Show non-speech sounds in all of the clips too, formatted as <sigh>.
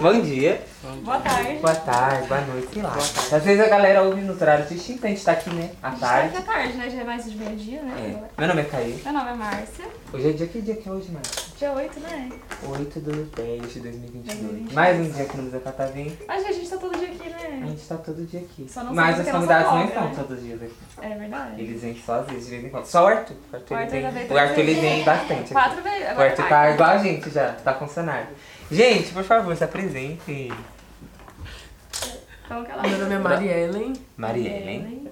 Bom dia. Boa tarde. Boa tarde, boa noite, sei lá. Às vezes a galera ouve nos horários distintos, a gente tá aqui, né? À tarde. Boa tarde, né? Já é mais de meio-dia, né? Agora. É. Meu nome é Caio. Meu nome é Márcia. Hoje é dia, que dia que é hoje, Márcia? Dia 8, né? 8 de 10 de 2022. Mais um dia que no Museu Catavim. Mas gente, a gente tá todo dia aqui, A né? gente tá todo dia aqui. Só não Mas sabe os porque não convidados não são estão nove, né? todos os dias aqui. É verdade. Eles vêm só às vezes, de vez em quando. Só o Arthur. O Arthur, O Arthur ele já vem, veio o Arthur três ele vem vezes. bastante. aqui. Quatro vezes. O Agora Arthur vai. tá igual a gente já, tá funcionário. Gente, por favor, se apresentem. Então, que ela... Meu nome é Mariellen. Marielle,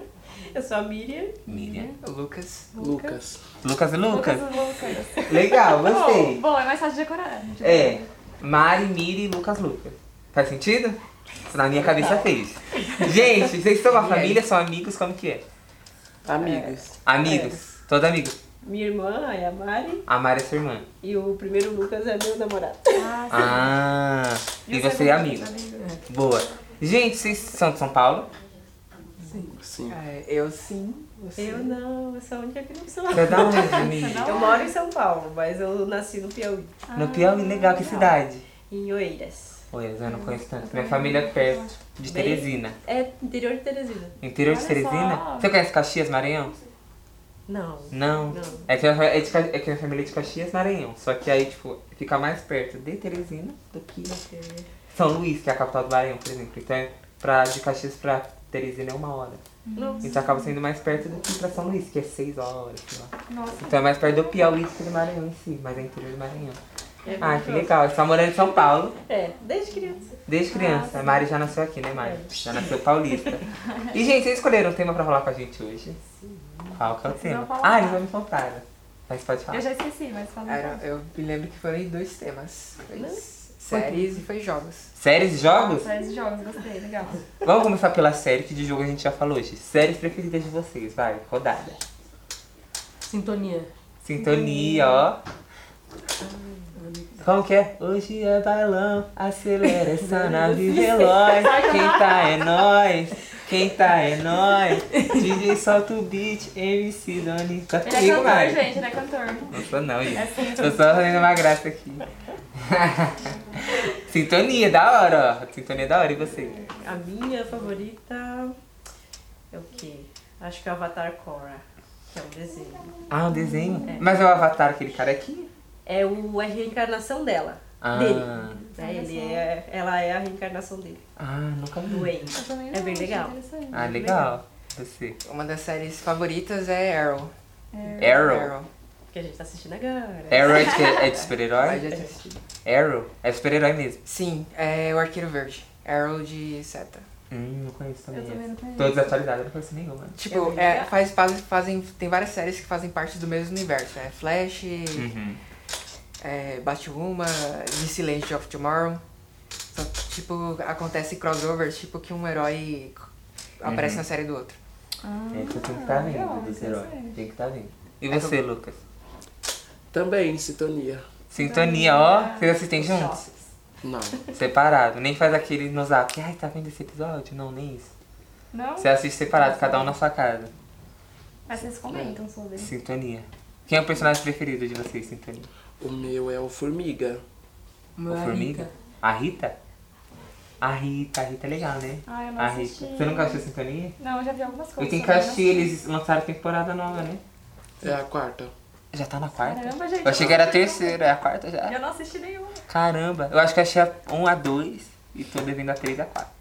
Eu sou a Miriam. Miriam, Lucas. Lucas. Lucas e Lucas. Lucas. Legal, gostei. Bom, bom, é mais fácil de decorar. né? É, Mari, Miri e Lucas Lucas. Faz sentido? Na minha cabeça fez. Gente, vocês são uma família, são amigos, como que é? Amigos. Amigos, todos amigos. Minha irmã é a Mari A Mari é sua irmã. e o primeiro Lucas é meu namorado. Ah, Ah, e o você é segundo amigo. amigo. Boa. Gente, vocês são de São Paulo? Sim. eu sim. Você. Eu não, eu sou a única que não sou. Você é da onde, Miri? Eu moro em São Paulo, mas eu nasci no Piauí, No Piauí, legal, que cidade? em Oeiras. Olha, eu não conheço tanto. Minha família é perto, de Bem- Teresina. É interior de Teresina? Interior de Olha Teresina? só. Você conhece Caxias, Maranhão? Não. Não. Não. É que, a- é, de Ca- é que a família é de Caxias, Maranhão. Só que aí, tipo, fica mais perto de Teresina do que São Luís, que é a capital do Maranhão, por exemplo. Então, é pra, de Caxias pra Teresina é uma hora. Nossa. Então, acaba sendo mais perto do que pra São Luís, que é seis horas, sei lá. Nossa. Então, é mais perto do Piauí do que do Maranhão em si, mas é interior do Maranhão. É Ah, muito que próximo. legal. Você tá morando em São Paulo É, desde criança. desde Ah, criança. A Mari já nasceu aqui, né, Mari? É. Já nasceu paulista. E, gente, vocês escolheram um tema pra falar com a gente hoje? Qual que é o vão tema? falar. Ah, eles não me contaram. Mas pode falar. Eu já esqueci, mas fala. um Era, eu me lembro que foram dois temas. Foi séries e foi jogos. Séries e jogos? Séries de jogos, gostei, legal. Vamos começar pela série que de jogo a gente já falou hoje. Séries preferidas de vocês, vai, rodada. Sintonia. Hum. Sintonia, ó. Como que é? Hoje é bailão, acelera essa nave veloz. Quem tá é nós, quem tá é nós. DJ solta o beat, MC Doni. Tá Ele é comigo, cantor, Mari. gente, ele é cantor. Não sou não, gente. É sim. Tô só fazendo uma graça aqui. <laughs> Sintonia, da hora, ó. Sintonia é da hora, e você? A minha favorita é o quê? Acho que é o Avatar Korra, que é um desenho. Ah, um desenho? Mas é o Avatar, aquele cara aqui? É o, é a reencarnação dela, Ah. dele. né? Ele é, ela é a reencarnação dele, Ah, nunca do vi. Wayne. Eu também É bem achei legal. interessante. Ah, legal. Você. Uma das séries favoritas é Arrow. Arrow. Que a gente tá assistindo agora. Arrow é de, é de Mas já super-herói? tinha assistido. Arrow? É de super-herói mesmo. Sim, é o Arqueiro Verde. Arrow de seta. Hum, não conheço também. Eu também não conheço. Tô desatualizada, não conheço nenhuma. Tipo, é, faz, faz- fazem, tem várias séries que fazem parte do mesmo universo. É Flash, Uhum. é, Batwoman, DC Legend of Tomorrow. Só, que, tipo, acontece crossovers, tipo que um herói aparece Uhum. na série do outro. É, você tem que estar Ah, legal, vendo dos heróis. interessante. Tem que estar vendo. E É você, Lucas? Também, em sintonia. Sintonia, ó. Vocês assistem juntos? Shops. Não. Separado. Nem faz aquele no zap. Ai, tá vendo esse episódio? Não, nem isso. Não? Você assiste separado, cada um na sua casa. Mas vocês comentam sobre. Sintonia. Quem é o personagem preferido de vocês, Sintonia? O meu é o Formiga. O meu o é Formiga? Rita. A Rita? A Rita, a Rita é legal, né? Ah, eu não a assisti. Rita. Você nunca assistiu Sintonia? Não, eu já vi algumas coisas. Eu tenho que também, assistir, eles lançaram temporada nova, né? É a quarta. Já tá na quarta? Caramba, gente, eu achei que era a eu não- terceira, é a quarta mas já. Eu não assisti nenhuma. Caramba, eu acho que achei a 1 a 2 e tô devendo a 3 a 4.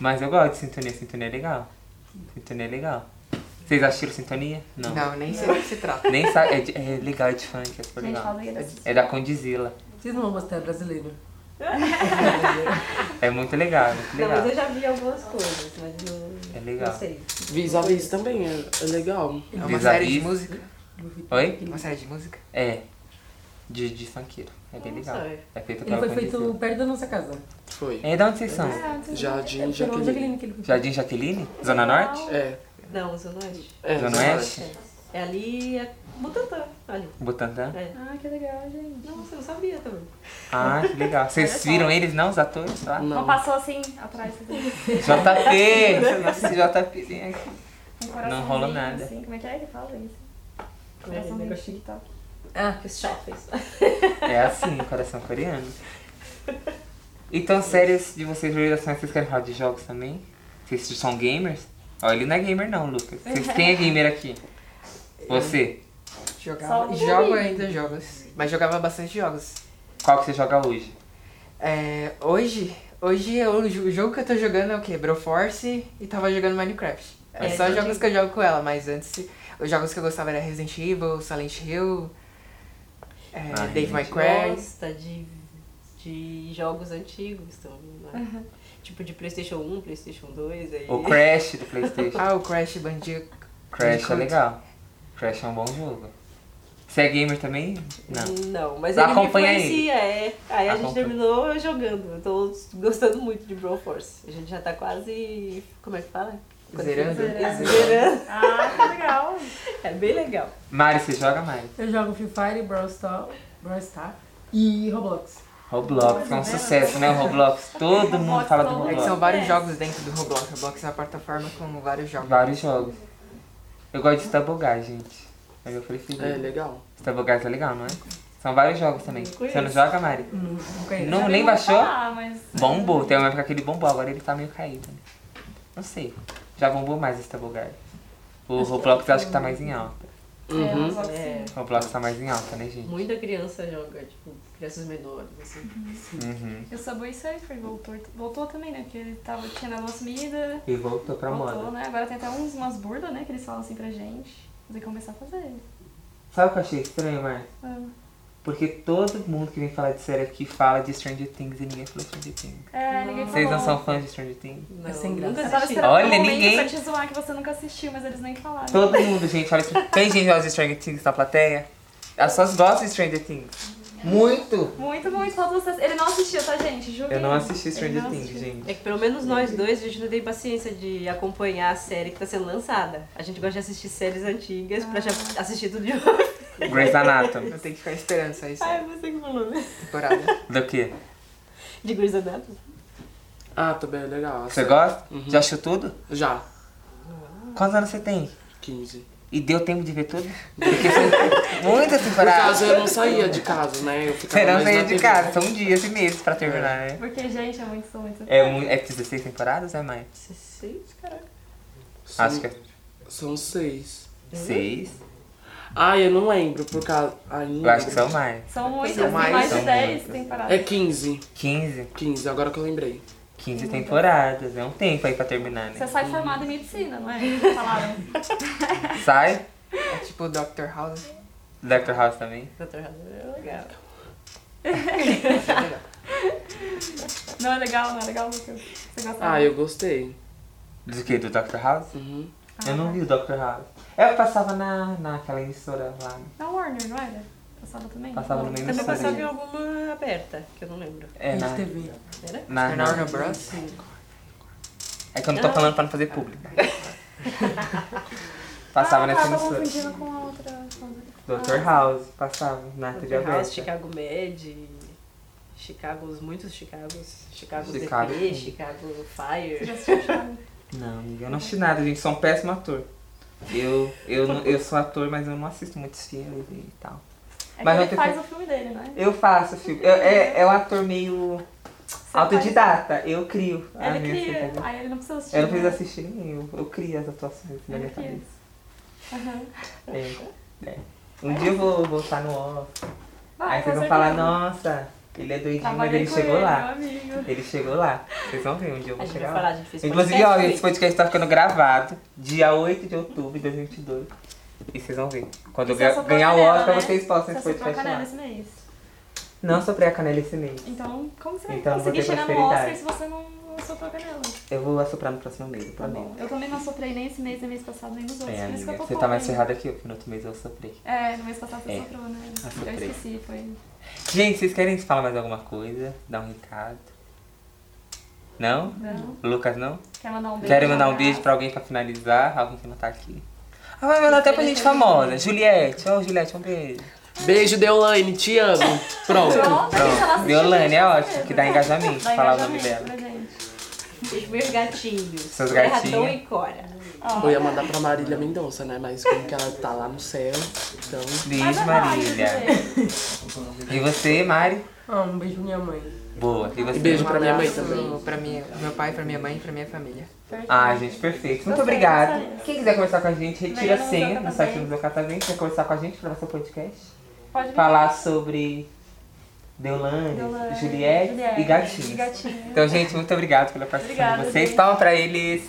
Mas eu gosto de sintonia, sintonia é legal. Sintonia é legal. Vocês assistiram sintonia? Não. Não, nem sei do que se trata. Nem sabe. É, de- é legal, é de funk, é super Gente, legal. fala aí. assim. É da Condizila. Vocês não vão mostrar brasileiro. É muito legal, é muito Não, mas legal. eu já vi algumas coisas, mas não, É legal. não sei. Vis a vis também, é, é legal. É uma Vis-a-vis. série de música. Oi? Uma série de música. É. De, de funkeiro. É bem Nossa, legal. é. É feito Ele pela foi Condizila. feito perto da nossa casa. Foi. É, da onde vocês são? Ah, tudo bem. Jardim, Foi na Jaqueline. Jaqueline que ele foi. Jardim Jaqueline? Zona Norte? É. Não, Zona Oeste. é Zona Oeste? É ali, é Butantã, ali. Butantã? É. Ah, que legal, gente. Não, você não sabia também. Ah, <laughs> que legal. Vocês viram eles, não, os atores lá? Não. Não. passou assim, atrás, assim, JP! <laughs> Nossa, esse JP vem aqui. um coraçãozinho, rola nada. assim. Como é que é que fala isso? Coração Coraçãozinho negócio de TikTok. Ah, Que os chafes. É assim, coração coreano. Então, séries de vocês, gerações, vocês querem falar de jogos também? Vocês são gamers? Ó, ele não é gamer não, Lucas. Vocês têm a gamer aqui. Você, Só Jogava. um E jogo pouquinho. ainda jogos. Mas jogava bastante jogos. qual que você joga hoje? É, hoje, hoje eu- o jogo que eu tô jogando é o quê? Broforce e tava jogando Minecraft. É, É, só então entendi. jogos que eu jogo com ela, mas antes os jogos que eu gostava era Resident Evil, Silent Hill, é, Ah, Resident Dave My Cry. Gosta de, de jogos antigos também, né? Tipo de Playstation 1, Playstation 2, aí... O Crash do <laughs> Playstation. Ah, o Crash Bandicoot. Crash é legal. Crash é um bom jogo. Você é gamer também? Não. Não, mas Tá, ele me acompanha ele. conhecia, é. Aí a gente Acompanha. terminou jogando. Eu tô gostando muito de Broforce. A gente já tá quase. Como é que fala? Quando Zerando? fica- Zerando. Zerando. Ah, que legal. É bem legal. Mari, você joga mais? eu jogo Free Fire, Brawl Star, Brawl Star e Roblox. Roblox é um sucesso, né? O Roblox. Todo mundo fala do É Ah. que são Roblox. vários jogos dentro do Roblox. Roblox é uma plataforma com vários jogos. Vários jogos. Eu gosto de Stabogar, gente. É meu preferido. É legal. Stabogar é legal, não é? São vários jogos também. Você não joga, Mari? Não, não conheço. <laughs> Não, Já nem ouvi baixou? falar, mas... Bombou. Tem uma época que ele bombou, agora ele tá meio caído. Né? Não sei. Já bombou mais o Stabogar. O Roblox eu acho que tá mais em alta. É, Uhum. mas logo É, assim. O Roblox tá mais em alta, né, gente? muita criança joga, tipo, crianças menores, assim. Uhum. E o Subway Surfer voltou, voltou também, né? Porque ele tava, tinha na nossa comida, E voltou pra voltou, moda. né? Agora tem até uns, umas burdas, né? Que eles falam assim pra gente. Tem que começar a fazer. Sabe o que eu achei estranho, Mari? Ah, Porque todo mundo que vem falar de série aqui fala de Stranger Things e ninguém falou Stranger Things. É, ninguém falou. Vocês não são fãs de Stranger Things? Não, sem graça. nunca Eu tava assisti. esperando Olha, um momento ninguém- pra te zoar que você nunca assistiu, mas eles nem falaram. Todo mundo, gente, olha aqui. Tem gente que gosta de Stranger Things na plateia? As pessoas gostam de Stranger Things. Muito! Muito, muito, todos vocês. Ele não assistiu, tá, gente? Julguem. Eu não assisti Ele Stranger não Things, assistiu. gente. É que pelo menos nós dois, a gente não tem paciência de acompanhar a série que tá sendo lançada. A gente gosta de assistir séries antigas pra já assistir tudo de novo. Grey's Anatomy. Eu tenho que ficar esperando sair essa <laughs> Ai, você que falou, né? temporada. Do que? De Grey's Anatomy. Ah, também é legal. Você gosta? Uhum. Já achou tudo? Já. Quantos anos você tem? 15. E deu tempo de ver tudo? Porque foi muita No temporada. caso, eu não saía de casa, né? Eu ficava Você não mais saiu na de TV. casa. São dias e meses pra terminar, né? Porque, gente, é muito, são muito. É, mu- é 16 temporadas, é mais? Você sente, caraca. São, Acho que é São seis. 6. Ah, eu não lembro, por causa... Ai, não Eu acho que lembro. são mais. São muitas, São tem mais, mais, são de 10 muitas. temporadas. É 15. 15. 15, agora que eu lembrei. 15 temporadas. É um tempo aí pra terminar, né? Você sai formado em medicina, não é? <laughs> Falaram. Sai. É tipo Doctor House. Dr. House também. Doutor Razor é legal. Não é legal, não é legal, Lucas? Você gosta Ah, eu gostei. Do que? Do Dr. House? Uhum. Ah, Eu tá. não vi o Dr. House. Eu passava na, naquela emissora lá. Na Tá Warner, não era? Passava também? Passava no mesmo Também Nossa, passava gente. em alguma aberta, que eu não lembro. É, na, Ah, TV. Era? na, na- Warner Bros. É que eu não tô falando pra não fazer <laughs> público. passava ah, nessa tava emissora. confundindo com a outra. com a outra. Dr. House, passava na TV Dr. House, Ah, aberta. Chicago Med, Chicago, muitos Chicagos, Chicago Chicago, sim. DP, Chicago Você já É Fire. <laughs> assistiu Charme? Não, amiga, eu não assisti nada, gente. Sou um péssimo ator. Eu, eu, não- eu sou ator, mas eu não assisto muitos filmes e tal. É Mas que não ele tem faz o filme dele, né? Eu faço filme. Eu- é, é um ator meio Você autodidata. Eu crio. a Faz... Ele Ah, minha cria, fantasia. aí ele não precisa assistir. Eu não preciso né? assistir ninguém. Eu, eu crio as atuações na minha Ele cria. cabeça. Aham. É, é. Um dia eu vou voltar no off. Vai, aí Ah, com vocês vão certeza. falar, nossa, ele é doidinho, mas Trabalhei ele com chegou ele, lá. meu amigo. Ele chegou lá. Vocês vão ver um dia eu A vou gente vai chegar falar, lá. a gente fez Inclusive, ó, esse podcast, podcast tá ficando gravado dia 8 de outubro de 2022. E vocês vão ver. Quando eu Você ga- soprou é a ganhar o canela, Oscar, né? vocês postam esse Você soprou a podcast canela lá. esse mês. Não soprei a canela esse mês. é Então, como você vai Então, vou conseguir ter chegar no prosperidade. Tá Oscar se você não não soprou a canela? Eu vou assoprar no próximo mês, eu Tá bom. prometo. Eu também não soprei nem esse mês, nem mês passado, nem nos outros. É, por isso que amiga, eu tô você tá mais pobre. ferrada que eu, porque no outro mês eu soprei. É, no mês passado você É. soprou, né? Eu Eu soprei. esqueci, foi. Gente, vocês querem falar mais alguma coisa? Dar um recado? Não? Não. Lucas, não? Quer mandar um beijo? um Quero mandar um beijo pra alguém pra finalizar, alguém que não tá aqui. Ah, vai mandar até pra gente famosa. Juliette, ô Juliette, um beijo. Beijo, Deolane, te amo. Pronto. Pronto, a gente tá lá assistindo Deolane é isso ótimo, mesmo. que dá engajamento, Dá falar o nome engajamento dela. pra gente. Os meus gatinhos. Seus Ratão gatinhos. e Cora. Ó, Tipo, Eu ia mandar pra Marília Mendonça, né? Mas como que ela tá lá no céu, então. mas Beijo, é válido Marília. também. E você, Mari? Ah, um beijo pra minha mãe. Boa. E você? E beijo Um pra minha mãe abraço também. Pra minha, pro meu pai, pra minha mãe e pra minha família. Ah, gente, perfeito. Muito Gostei, obrigado. gostei. Quem quiser conversar com a gente, retira Venha a no senha Museu no site do Catavento. Museu Catavento. Quer conversar com a gente, gravar seu podcast? Pode vir. Falar sobre Deolane, Deolane, Juliette, e gatinhos. E gatinhos. Então, gente, muito obrigado pela participação Obrigada, de vocês. gente. Palma pra eles.